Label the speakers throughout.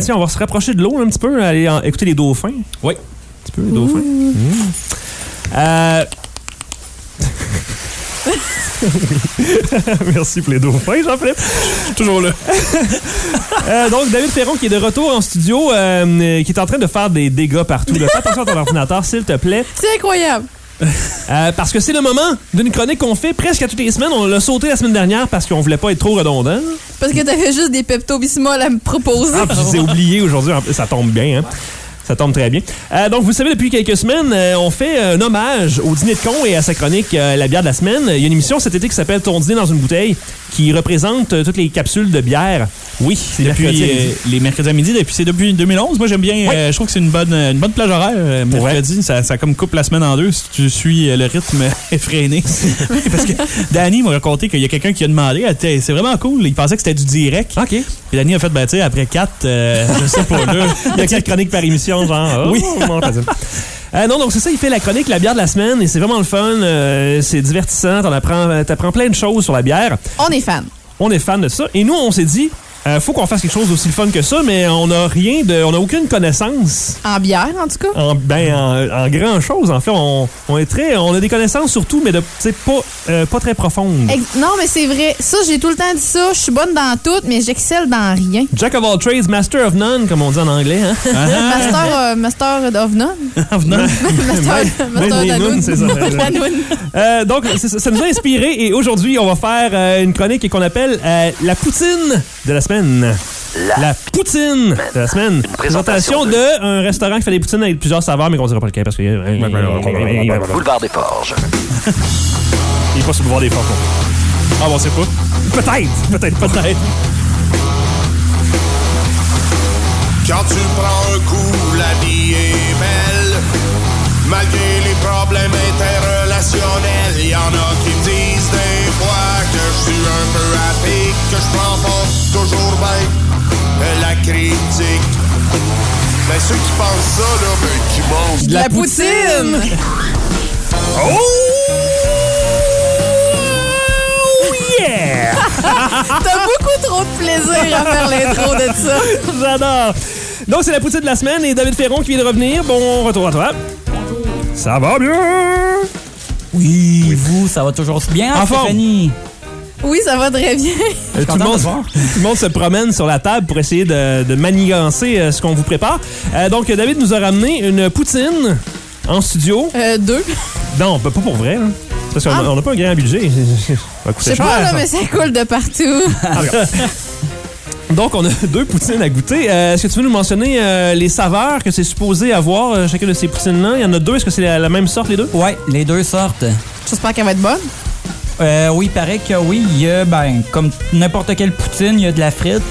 Speaker 1: Tiens, on va se rapprocher de l'eau un petit peu, aller en- écouter les dauphins.
Speaker 2: Oui.
Speaker 1: Un petit peu, les dauphins. Mmh. Euh, Merci pour les dauphins, Jean-Philippe.
Speaker 2: Toujours là.
Speaker 1: Euh, donc, David Perron qui est de retour en studio, euh, euh, qui est en train de faire des dégâts partout. là. Fais attention à ton ordinateur, s'il te plaît.
Speaker 3: C'est incroyable.
Speaker 1: Euh, parce que c'est le moment d'une chronique qu'on fait presque à toutes les semaines. On l'a sauté la semaine dernière parce qu'on voulait pas être trop redondant.
Speaker 3: Parce que t'avais juste des Pepto-Bismol à me proposer.
Speaker 1: Ah, puis je les ai oubliés aujourd'hui. En plus, Ça tombe bien, hein? Ça tombe très bien. Euh, donc, vous le savez, depuis quelques semaines, euh, on fait euh, un hommage au dîner de con et à sa chronique euh, La bière de la semaine. Il y a une émission cet été qui s'appelle Ton dîner dans une bouteille qui représente euh, toutes les capsules de bière. Oui, c'est mercredi
Speaker 2: Depuis
Speaker 1: à midi.
Speaker 2: euh, les mercredis à midi, depuis c'est depuis 2011. Moi j'aime bien, euh, je trouve que c'est une bonne une bonne plage horaire. euh,
Speaker 1: Pour vrai.
Speaker 2: mercredi, ça, ça comme coupe la semaine en deux si tu suis euh, le rythme effréné. Parce que Danny m'a raconté qu'il y a quelqu'un qui a demandé, Ah, t'es- c'est vraiment cool. Il pensait que c'était du direct.
Speaker 4: Ah.
Speaker 1: OK.
Speaker 2: Puis Danny a fait, ben tu sais, après quatre, euh, je sais pas là.
Speaker 1: Il y a quatre chroniques par émission, genre. oh, oui. Euh, non, donc c'est ça, il fait la chronique La bière de la semaine et c'est vraiment le fun. euh, c'est divertissant. T'en apprends, t'apprends plein de choses sur la bière.
Speaker 3: On est fan.
Speaker 1: On est fan de ça. Et nous, on s'est dit, euh, faut qu'on fasse quelque chose d'aussi le fun que ça, mais on n'a rien de. On n'a aucune connaissance.
Speaker 3: En bière, en tout cas.
Speaker 1: En, ben, en, en grand chose, en fait. On, on est très. On a des connaissances surtout, mais de, tu sais, pas, euh, pas très profondes.
Speaker 3: Ah. Ex- Non, mais c'est vrai. Ça, j'ai tout le temps dit ça. Je suis bonne dans tout, mais j'excelle dans rien.
Speaker 1: Jack of all trades, master of none, comme on dit en anglais. Hein?
Speaker 3: Master, euh, master of none.
Speaker 2: En venant.
Speaker 3: Master, master
Speaker 1: des nounes,
Speaker 3: d'anoun.
Speaker 1: c'est ça.
Speaker 3: D'anoun.
Speaker 1: Euh, donc, c'est ça ça nous a inspiré et aujourd'hui, on va faire euh, une chronique qu'on appelle euh, la poutine de la semaine. La, poutine de la semaine.
Speaker 5: présentation
Speaker 1: Présentation de, un restaurant qui fait des poutines avec plusieurs saveurs, mais qu'on dira pas lequel parce que. euh, Il
Speaker 5: Boulevard des Forges.
Speaker 1: faut se voir des forces.
Speaker 2: Ah bon, c'est pas.
Speaker 1: Peut-être, peut-être, peut-être.
Speaker 6: Quand tu prends un coup, la vie est belle. Malgré les problèmes interrelationnels, y en a qui me disent des fois que je suis un peu à pic, que je prends pas toujours bien la critique. Mais ceux qui pensent ça, là, ben, qui mangent
Speaker 3: De la poutine.
Speaker 1: Oh yeah!
Speaker 3: T'as beaucoup trop de plaisir à faire l'intro de ça.
Speaker 1: J'adore. Donc, c'est la poutine de la semaine et David Ferron qui vient de revenir. Bon retour à toi. Ça va bien!
Speaker 4: Oui, vous, ça va toujours bien,
Speaker 1: En forme.
Speaker 4: Stéphanie?
Speaker 3: Oui, ça va très bien.
Speaker 1: Euh, tout, le
Speaker 4: content de
Speaker 1: monde,
Speaker 4: te voir.
Speaker 1: tout le monde se promène sur la table pour essayer de, de manigancer euh, ce qu'on vous prépare. Euh, donc, euh, David nous a ramené une poutine en studio.
Speaker 3: Euh, deux.
Speaker 1: Non, pas pas pour vrai. hein. C'est Parce qu'on
Speaker 3: Ah.
Speaker 1: a- on n'a pas un grand budget. Ça va
Speaker 3: Je
Speaker 1: coûter
Speaker 3: sais
Speaker 1: cher,
Speaker 3: pas, là,
Speaker 1: ça.
Speaker 3: mais ça coule de partout.
Speaker 1: Donc, on a deux poutines à goûter. Euh, Est-ce que tu veux nous mentionner euh, les saveurs que c'est supposé avoir, euh, chacune de ces poutines-là? Il y en a deux. Est-ce que c'est la, la même sorte, les deux?
Speaker 4: Ouais, les deux sortes.
Speaker 3: J'espère qu'elle va être bonne.
Speaker 4: Euh, oui, paraît que oui, il y a, ben, comme n'importe quelle poutine, il y a de la frite,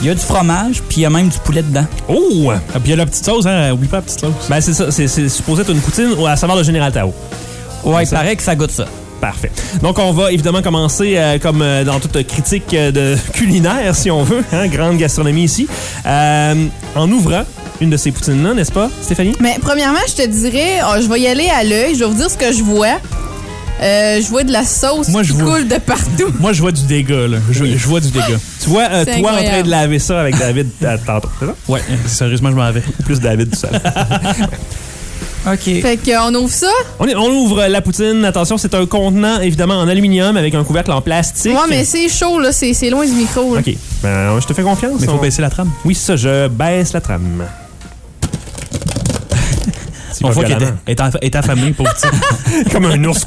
Speaker 4: il y a du fromage, puis il y a même du poulet dedans.
Speaker 1: Oh!
Speaker 2: Ah, puis il y a la petite sauce, hein? Oublie pas la petite sauce.
Speaker 1: Ben, c'est ça. C'est c'est supposé être une poutine à saveur de Général Tao.
Speaker 4: Ouais, paraît que ça goûte ça.
Speaker 1: Parfait. Donc, on va évidemment commencer euh, comme euh, dans toute critique euh, de culinaire, si on veut, hein, grande gastronomie ici, euh, en ouvrant une de ces poutines-là, n'est-ce pas, Stéphanie?
Speaker 3: Mais premièrement, je te dirais, oh, je vais y aller à l'œil. Je vais vous dire ce que je vois. Euh, je vois de la sauce
Speaker 2: Moi, je
Speaker 3: qui
Speaker 2: vois-
Speaker 3: coule de partout.
Speaker 2: Moi, je vois du dégât, là. Je, je vois du dégât.
Speaker 1: Tu vois, euh, toi
Speaker 3: C'est
Speaker 1: en train
Speaker 3: incroyable.
Speaker 1: de laver ça avec David euh, tantôt, c'est ça?
Speaker 2: Ouais, sérieusement, je m'en vais.
Speaker 1: Plus David tout seul.
Speaker 4: OK.
Speaker 3: Fait qu'on ouvre ça.
Speaker 1: on, est- on ouvre la poutine. Attention, c'est un contenant évidemment en aluminium avec un couvercle en plastique.
Speaker 3: Ouais, mais c'est chaud, là. C'est c'est loin du micro. là.
Speaker 1: OK. Ben, je te fais confiance.
Speaker 2: Mais faut
Speaker 1: On-
Speaker 2: baisser la trame.
Speaker 1: Oui, ça, je baisse la trame. C'est
Speaker 2: On
Speaker 1: pas
Speaker 2: voit qu'elle
Speaker 1: violemment.
Speaker 2: est, est en- est affamée, pauvre petit.
Speaker 1: comme un ours.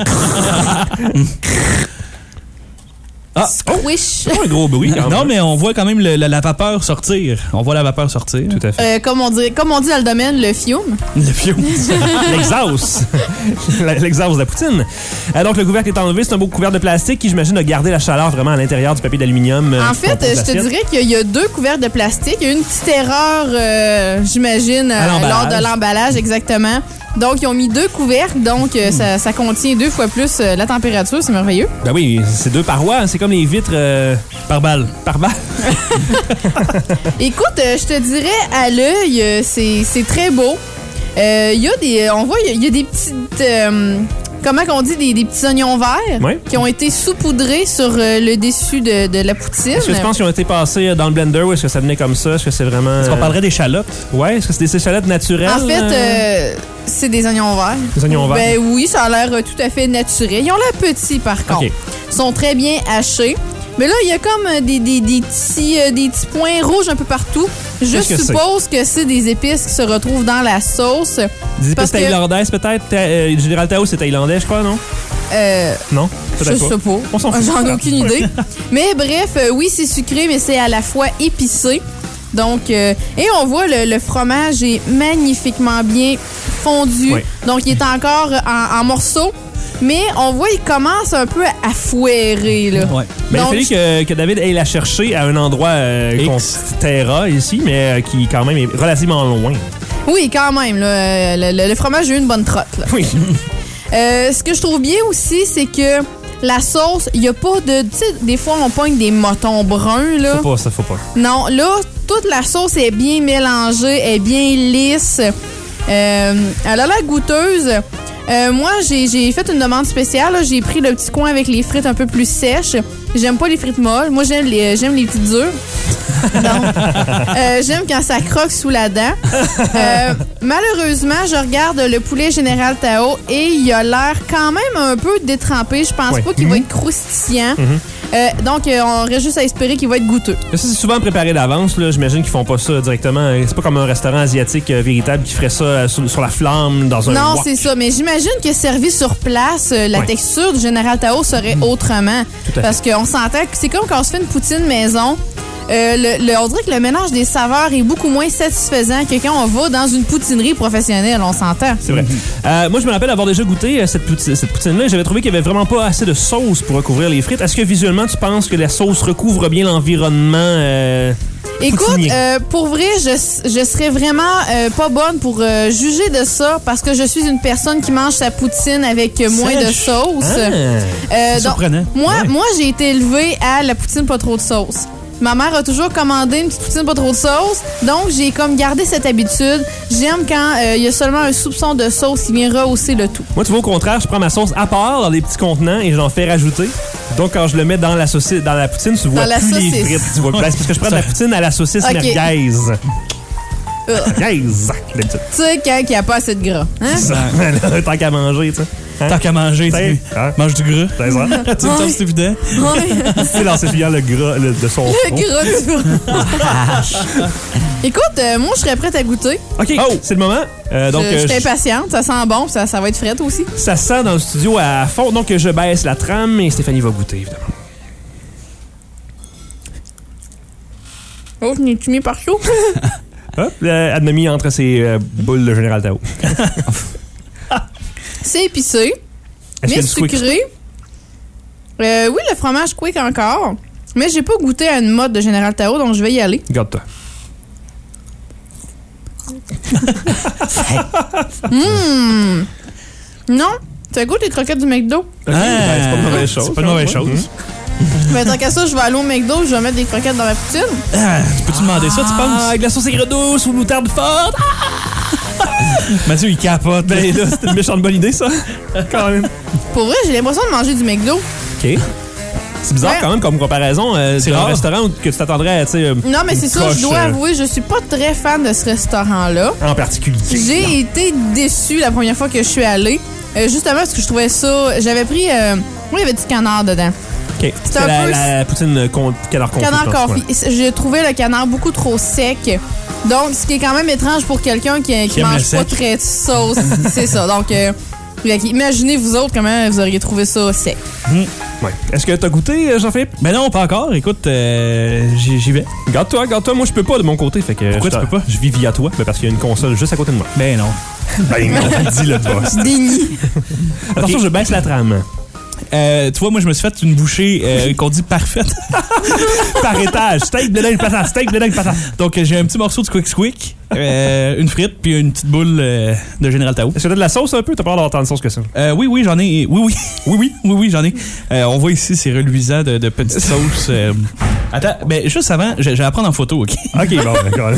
Speaker 1: ah, oh,
Speaker 3: Squish.
Speaker 1: pas un gros bruit. quand
Speaker 2: non,
Speaker 1: même.
Speaker 2: mais on voit quand même le- la, la vapeur sortir. On voit la vapeur sortir.
Speaker 1: Tout à fait.
Speaker 3: Euh, comme, on dit, comme on dit dans le domaine, le fiume.
Speaker 2: Le fion.
Speaker 1: L'exhaust. La- L'exhaust de la poutine. Euh, donc, le couvercle est enlevé. C'est un beau couvercle de plastique qui, j'imagine, a gardé la chaleur vraiment à l'intérieur du papier d'aluminium. euh,
Speaker 3: En
Speaker 1: qui
Speaker 3: fait,
Speaker 1: compose
Speaker 3: je te
Speaker 1: l'assiette.
Speaker 3: dirais qu'il y a- il y, a deux couverts de plastique. Il y a eu une petite erreur, euh, j'imagine, euh, lors
Speaker 1: l'emballage.
Speaker 3: de l'emballage, exactement. Donc, ils ont mis deux couvercles, donc euh, ça, ça contient deux fois plus euh, la température, c'est merveilleux.
Speaker 1: Ben oui, c'est deux parois. hein. C'est comme les vitres euh,
Speaker 2: Par balle.
Speaker 1: par bas.
Speaker 3: Écoute, euh, je te dirais, à l'œil, euh, c'est c'est très beau. Euh, Il y a des, on voit, il y a- il y, a des petites... euh, comment qu'on dit, des, des petits oignons verts
Speaker 1: Ouais.
Speaker 3: qui ont été saupoudrés sur euh, le dessus de, de la poutine.
Speaker 1: Est-ce que tu penses qu'ils ont été passés euh, dans le blender ou est-ce que ça venait comme ça? Est-ce que c'est vraiment. euh,
Speaker 2: Est-ce qu'on parlerait d'échalotes?
Speaker 1: Ouais, est-ce que c'est des échalotes naturelles?
Speaker 3: En fait,
Speaker 1: euh,
Speaker 3: euh, c'est des oignons verts.
Speaker 1: Des oignons verts.
Speaker 3: Ben oui, ça a l'air euh, tout à fait naturel. Ils ont l'air petits, par contre.
Speaker 1: Ok.
Speaker 3: Ils sont très bien hachés. Mais là, il y a comme euh, des, des, des petits, euh, des petits points rouges un peu partout. Je
Speaker 1: Qu'est-ce que c'est?
Speaker 3: suppose que c'est des épices qui se retrouvent dans la sauce.
Speaker 1: Des épices
Speaker 3: parce que-
Speaker 1: thaïlandaises, peut-être? Tha- euh, Général Tao, c'est thaïlandais, je crois, non?
Speaker 3: Euh,
Speaker 1: Non?
Speaker 3: je
Speaker 1: Peut-être
Speaker 3: sais
Speaker 1: pas.
Speaker 3: pas.
Speaker 1: On s'en fout.
Speaker 3: J'en ai aucune idée. Mais bref, euh, oui, c'est sucré, mais c'est à la fois épicé. Donc, euh, et on voit le, le fromage est magnifiquement bien fondu.
Speaker 1: Ouais.
Speaker 3: Donc, il est encore en, en morceaux. Mais on voit, il commence un peu à fouerer, là.
Speaker 2: Ouais.
Speaker 1: Ben,
Speaker 3: Donc,
Speaker 1: il fallait que, que David aille la chercher à un endroit euh, qu'on
Speaker 2: X.
Speaker 1: terra ici, mais euh, qui quand même est relativement loin.
Speaker 3: Oui, quand même, là, euh, le, le- le fromage a eu une bonne trotte, là.
Speaker 1: Oui.
Speaker 3: Euh, ce que je trouve bien aussi, c'est que la sauce, il n'y a pas de... Tu sais, des fois, on pogne des motons bruns, là.
Speaker 1: Faut pas, ça faut pas.
Speaker 3: Non, là, toute la sauce est bien mélangée, est bien lisse. Euh, elle a l'air goûteuse. Euh, moi, j'ai j'ai fait une demande spéciale. là. J'ai pris le petit coin avec les frites un peu plus sèches. J'aime pas les frites molles. Moi, j'aime les, euh, j'aime les petites dures. Donc, euh, j'aime quand ça croque sous la dent. Euh, malheureusement, je regarde le poulet général Tao et il a l'air quand même un peu détrempé. Je pense
Speaker 1: Ouais.
Speaker 3: pas qu'il va être croustillant. Euh, donc, euh, on aurait juste à espérer qu'il va être goûteux.
Speaker 1: Mais Ça, c'est souvent préparé d'avance. là. J'imagine qu'ils font pas ça directement. C'est pas comme un restaurant asiatique euh, véritable qui ferait ça euh, sur, sur la flamme dans un
Speaker 3: Non,
Speaker 1: wok.
Speaker 3: c'est ça. Mais j'imagine que servi sur place, euh, la
Speaker 1: Ouais. Mm.
Speaker 3: texture du Général Tao serait autrement.
Speaker 1: à fait.
Speaker 3: Parce qu'on s'entend que c'est comme quand on se fait une poutine maison. Euh, le, le- on dirait que le mélange des saveurs est beaucoup moins satisfaisant que quand on va dans une poutinerie professionnelle, on s'entend.
Speaker 1: C'est vrai. Euh, moi, je me rappelle avoir déjà goûté euh, cette, pouti- cette poutine-là. et J'avais trouvé qu'il n'y avait vraiment pas assez de sauce pour recouvrir les frites. Est-ce que visuellement, tu penses que la sauce recouvre bien l'environnement? euh,
Speaker 3: Écoute,
Speaker 1: poutinier?
Speaker 3: euh, pour vrai, je, je serais vraiment euh, pas bonne pour euh, juger de ça parce que je suis une personne qui mange sa poutine avec euh, moins de
Speaker 2: Sèche.
Speaker 3: sauce.
Speaker 1: Ah!
Speaker 3: Euh,
Speaker 2: C'est
Speaker 3: donc,
Speaker 2: surprenant.
Speaker 3: Moi,
Speaker 1: Ouais.
Speaker 3: moi j'ai été élevée à la poutine pas trop de sauce. Ma mère a toujours commandé une petite poutine pas trop de sauce, donc j'ai comme gardé cette habitude. J'aime quand euh, il y a seulement un soupçon de sauce qui vient rehausser le tout.
Speaker 1: Moi, tu vois, au contraire, je prends ma sauce à part dans des petits contenants et j'en fais rajouter. Donc, quand je le mets dans la saucisse, dans la poutine, tu vois
Speaker 3: Dans la
Speaker 1: plus les
Speaker 3: saucisse.
Speaker 1: frites. Tu vois, plus. Ben, c'est parce que je prends de la poutine à la saucisse
Speaker 3: Ok.
Speaker 1: merguez.
Speaker 3: Euh,
Speaker 1: Merguez! d'habitude.
Speaker 3: tu sais, quand il n'y a pas assez de gras. Hein?
Speaker 1: Tant qu'à manger, tu sais.
Speaker 2: Tant qu'à manger,
Speaker 1: T'sais,
Speaker 2: tu
Speaker 1: hein?
Speaker 2: mange du gras.
Speaker 1: T'as raison.
Speaker 2: Tu me
Speaker 3: Ouais.
Speaker 2: sens, c'est évident.
Speaker 3: Ouais.
Speaker 1: Tu sais, lancer le gras le- de son
Speaker 3: Le
Speaker 1: front.
Speaker 3: gras du Écoute, euh, moi, je serais prête à goûter.
Speaker 1: OK, oh, c'est le moment. Euh, donc,
Speaker 3: je, je
Speaker 1: euh,
Speaker 3: suis
Speaker 1: je-
Speaker 3: impatiente. Ça sent bon, ça, ça va être frais aussi.
Speaker 1: ça sent dans le studio à fond. Donc, je baisse la trame et Stéphanie va goûter, évidemment.
Speaker 3: Oh, je n'ai mis partout.
Speaker 1: Hop, euh, à demi entre ses euh, boules de Général Tao.
Speaker 3: C'est épicé.
Speaker 1: Est-ce
Speaker 3: mais
Speaker 1: qu'il y a du squeak?
Speaker 3: sucré. Euh, oui, le fromage quick encore. Mais j'ai pas goûté à une mode de Général Tao, donc je vais y aller.
Speaker 1: Garde-toi.
Speaker 3: Hum! Non, ça goûte les croquettes du McDo.
Speaker 1: OK, ben, c'est pas une mauvaise chose. hein. Hum.
Speaker 2: Ah. C'est pas une mauvaise
Speaker 1: je pense.
Speaker 2: chose.
Speaker 3: Mais Ben, tant qu'à ça, je vais aller au McDo, je vais mettre des croquettes dans ma poutine.
Speaker 2: Ah, tu peux-tu demander ça, tu
Speaker 1: Ah,
Speaker 2: penses?
Speaker 1: avec la sauce aigre douce ou moutarde forte. Ah,
Speaker 2: Mathieu, il capote. là.
Speaker 1: ben là, c'était une méchante bonne idée, ça. Quand même.
Speaker 3: Pour vrai, j'ai l'impression de manger du McDo.
Speaker 1: OK. C'est bizarre
Speaker 3: Ouais.
Speaker 1: quand même comme comparaison. euh,
Speaker 2: C'est
Speaker 1: dans un
Speaker 2: rare.
Speaker 1: restaurant où- que tu t'attendrais à, tu sais, euh,
Speaker 3: Non, mais
Speaker 1: Une
Speaker 3: c'est ça,
Speaker 1: coche,
Speaker 3: je dois
Speaker 1: euh.
Speaker 3: avouer, je suis pas très fan de ce restaurant-là.
Speaker 1: en particulier.
Speaker 3: J'ai été déçue la première fois que je suis allée. Euh, justement, parce que je trouvais ça. J'avais pris. euh, oui, il y avait du canard dedans.
Speaker 1: OK.
Speaker 3: C'est un
Speaker 1: C'était la,
Speaker 3: peu-
Speaker 1: la poutine euh, con- canard confit. je
Speaker 3: Canard
Speaker 1: pense, ouais.
Speaker 3: confit. J'ai trouvé le canard beaucoup trop sec. Donc, ce qui est quand même étrange pour quelqu'un qui, qui
Speaker 2: aime le
Speaker 3: mange
Speaker 2: sec.
Speaker 3: pas très de sauce. c'est ça. Donc, euh, fait que imaginez vous autres comment vous auriez trouvé ça sec.
Speaker 1: Ouais. Est-ce que t'as goûté, euh, Jean-Philippe?
Speaker 2: Mais non, pas encore. Écoute, euh, j'y j'y vais.
Speaker 1: Garde-toi, garde-toi. Moi, je peux pas de mon côté. Fait que
Speaker 2: Pourquoi
Speaker 1: je
Speaker 2: tu
Speaker 1: t'en-
Speaker 2: peux pas?
Speaker 1: Je vis via toi. Ben, parce qu'il y a une console juste à côté de moi.
Speaker 2: Ben non.
Speaker 1: Ben, dis le boss.
Speaker 3: Déni.
Speaker 1: Attention, je baisse la trame.
Speaker 2: Euh, tu vois, moi, je me suis fait une bouchée euh, qu'on dit parfaite.
Speaker 1: Par étage. Steak, blé d'Inde, patate. Steak, blé d'Inde, patate.
Speaker 2: Donc, euh, j'ai un petit morceau de Quick Squick. euh, une frite puis une petite boule euh, de Général Tao.
Speaker 1: Est-ce que t'as de la sauce un peu? T'as pas l'air d'avoir tant de sauce que ça.
Speaker 2: Euh, oui, oui, j'en ai. Oui, oui, oui, oui, oui, oui, j'en ai. Euh, on voit ici, c'est reluisant de, de petites sauces. euh. Attends, ben juste avant, je je vais la prendre en photo, ok?
Speaker 1: Ok, bon, d'accord.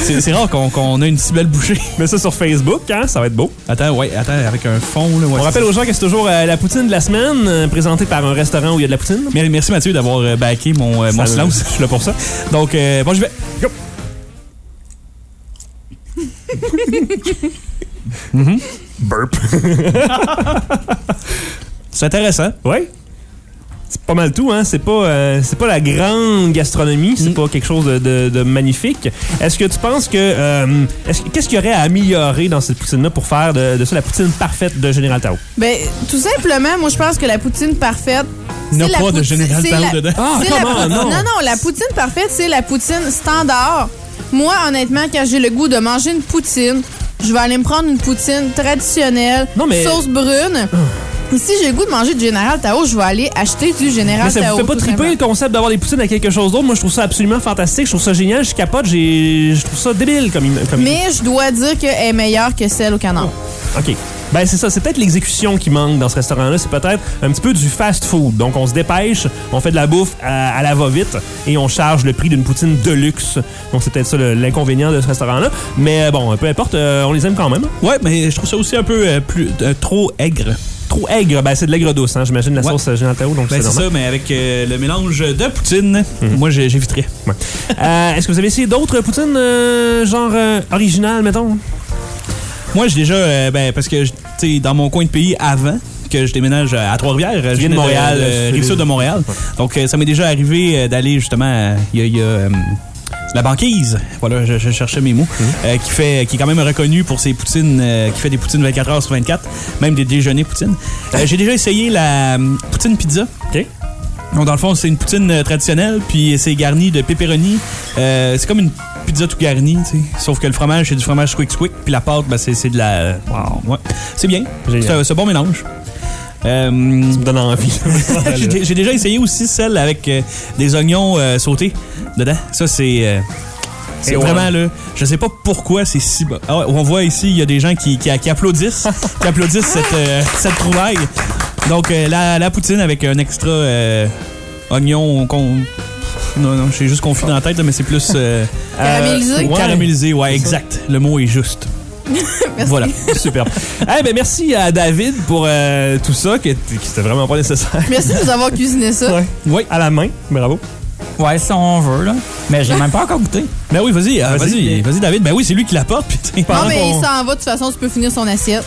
Speaker 2: C'est c'est rare qu'on qu'on ait une si belle bouchée.
Speaker 1: Mets ça sur Facebook, hein? Ça va être beau.
Speaker 2: Attends, ouais, attends, avec un fond, là. ouais,
Speaker 1: On
Speaker 2: c'est
Speaker 1: rappelle aux gens que c'est toujours euh, la poutine de la semaine, euh, présentée par un restaurant où il y a de la poutine.
Speaker 2: Mais merci Mathieu d'avoir euh, backé mon, euh, mon
Speaker 1: Ça,
Speaker 2: silence. Je suis là pour ça. Donc, euh, bon, je vais. Go. Mhm.
Speaker 1: Burp.
Speaker 2: C'est intéressant.
Speaker 1: Ouais. C'est pas mal tout, hein? C'est pas, euh, c'est pas la grande gastronomie, c'est
Speaker 2: Mm.
Speaker 1: pas quelque chose de, de- de magnifique. Est-ce que tu penses que. euh, est-ce- Qu'est-ce qu'il y aurait à améliorer dans cette poutine-là pour faire de, de ça la poutine parfaite de Général Tao?
Speaker 3: Ben, tout simplement, moi, je pense que la poutine parfaite.
Speaker 2: Il n'y a
Speaker 3: c'est la
Speaker 2: pas de
Speaker 3: poutine-
Speaker 2: Général
Speaker 3: c'est
Speaker 2: Tao
Speaker 3: la-
Speaker 2: dedans.
Speaker 1: Ah,
Speaker 3: c'est la
Speaker 1: comment,
Speaker 3: poutine-
Speaker 1: non?
Speaker 3: non, non, la poutine parfaite, c'est la poutine standard. Moi, honnêtement, quand j'ai le goût de manger une poutine, je vais aller me prendre une poutine traditionnelle,
Speaker 1: Non, mais-
Speaker 3: sauce brune. Et si j'ai le goût de manger du Général Tao, je vais aller acheter du Général
Speaker 1: Mais ça
Speaker 3: Tao.
Speaker 1: vous fait pas
Speaker 3: tout
Speaker 1: triper le
Speaker 3: simplement.
Speaker 1: concept d'avoir des poutines à quelque chose d'autre? Moi, je trouve ça absolument fantastique. Je trouve ça génial. Je capote. j'ai- Je trouve ça débile comme, idée- comme idée.
Speaker 3: Mais je dois dire qu'elle est meilleure que celle au canard.
Speaker 1: OK. Ben, c'est ça. C'est peut-être l'exécution qui manque dans ce restaurant-là. C'est peut-être un petit peu du fast-food. Donc, on se dépêche, on fait de la bouffe à, à la va-vite et on charge le prix d'une poutine de luxe. Donc, c'est peut-être ça le- l'inconvénient de ce restaurant-là. Mais euh, bon, peu importe, euh, on les aime quand même.
Speaker 2: Ouais, mais je trouve ça aussi un peu euh, plus euh, trop aigre.
Speaker 1: Trop aigre, ben, c'est de l'aigre douce, hein, j'imagine, la
Speaker 2: Ouais.
Speaker 1: sauce euh, Géant Tao, donc
Speaker 2: Ben,
Speaker 1: c'est
Speaker 2: c'est
Speaker 1: normal. Mhm.
Speaker 2: ça, mais avec euh, le mélange de poutine, moi, j'ai- j'éviterais.
Speaker 1: Euh, Est-ce que vous avez essayé d'autres poutines, euh, genre euh, originales, mettons?
Speaker 2: Moi, j'ai déjà, euh, ben, parce que, je- tu sais, dans mon coin de pays avant que je déménage euh, à Trois-Rivières, je
Speaker 1: viens de
Speaker 2: venais
Speaker 1: Montréal, euh,
Speaker 2: euh, Rive-Sud de Montréal. Donc, euh, ça m'est déjà arrivé euh, d'aller justement, euh, il y a, il y a, euh, la banquise, voilà, je, je cherchais mes mots,
Speaker 1: Mhm.
Speaker 2: euh, qui fait, qui est quand même reconnu pour ses poutines, euh, qui fait des poutines 24 heures sur 24, même des déjeuners poutines. Euh, j'ai déjà essayé la euh, poutine pizza.
Speaker 1: OK.
Speaker 2: Donc, dans le fond, c'est une poutine euh, traditionnelle, puis c'est garni de pepperoni. Euh, c'est comme une pizza tout garnie, tu sais. Sauf que le fromage, c'est du fromage squick squick, puis la pâte, ben, c'est c'est de la. Wow, ouais. C'est bien.
Speaker 1: Génial.
Speaker 2: C'est un, c'est un bon mélange. Euh,
Speaker 1: Ça me donne envie.
Speaker 2: j'ai dé- j'ai déjà essayé aussi celle avec euh, des oignons euh, sautés dedans. Ça, c'est. euh, c'est
Speaker 1: Et ouais.
Speaker 2: vraiment là. Je sais pas pourquoi c'est si bon. Ah ouais, on voit ici, il y a des gens qui, qui- qui applaudissent, qui applaudissent cette, euh, cette trouvaille. Donc, euh, la, la poutine avec un extra euh, oignon qu'on. Non, non, j'ai juste confus dans la tête, là, mais c'est plus. euh,
Speaker 3: Caramélisé?
Speaker 2: ouais, caramélisé, ouais, exact. Le mot est juste.
Speaker 3: Merci.
Speaker 2: Voilà.
Speaker 1: Superbe. Eh ben merci à David pour euh, tout ça, qui qui c'était vraiment pas nécessaire.
Speaker 3: Merci de nous avoir cuisiné ça.
Speaker 1: Ouais.
Speaker 2: Oui.
Speaker 1: À la main, bravo.
Speaker 4: Ouais, si on veut, là. Mais j'ai même pas encore goûté.
Speaker 2: Ben oui, vas-y, euh,
Speaker 1: Vas-y.
Speaker 2: vas-y, vas-y, David. Ben oui, c'est lui qui l'apporte. Puis,
Speaker 3: Non,
Speaker 2: pendant
Speaker 3: mais
Speaker 2: qu'on-
Speaker 3: il s'en va, de toute façon, tu peux finir son assiette.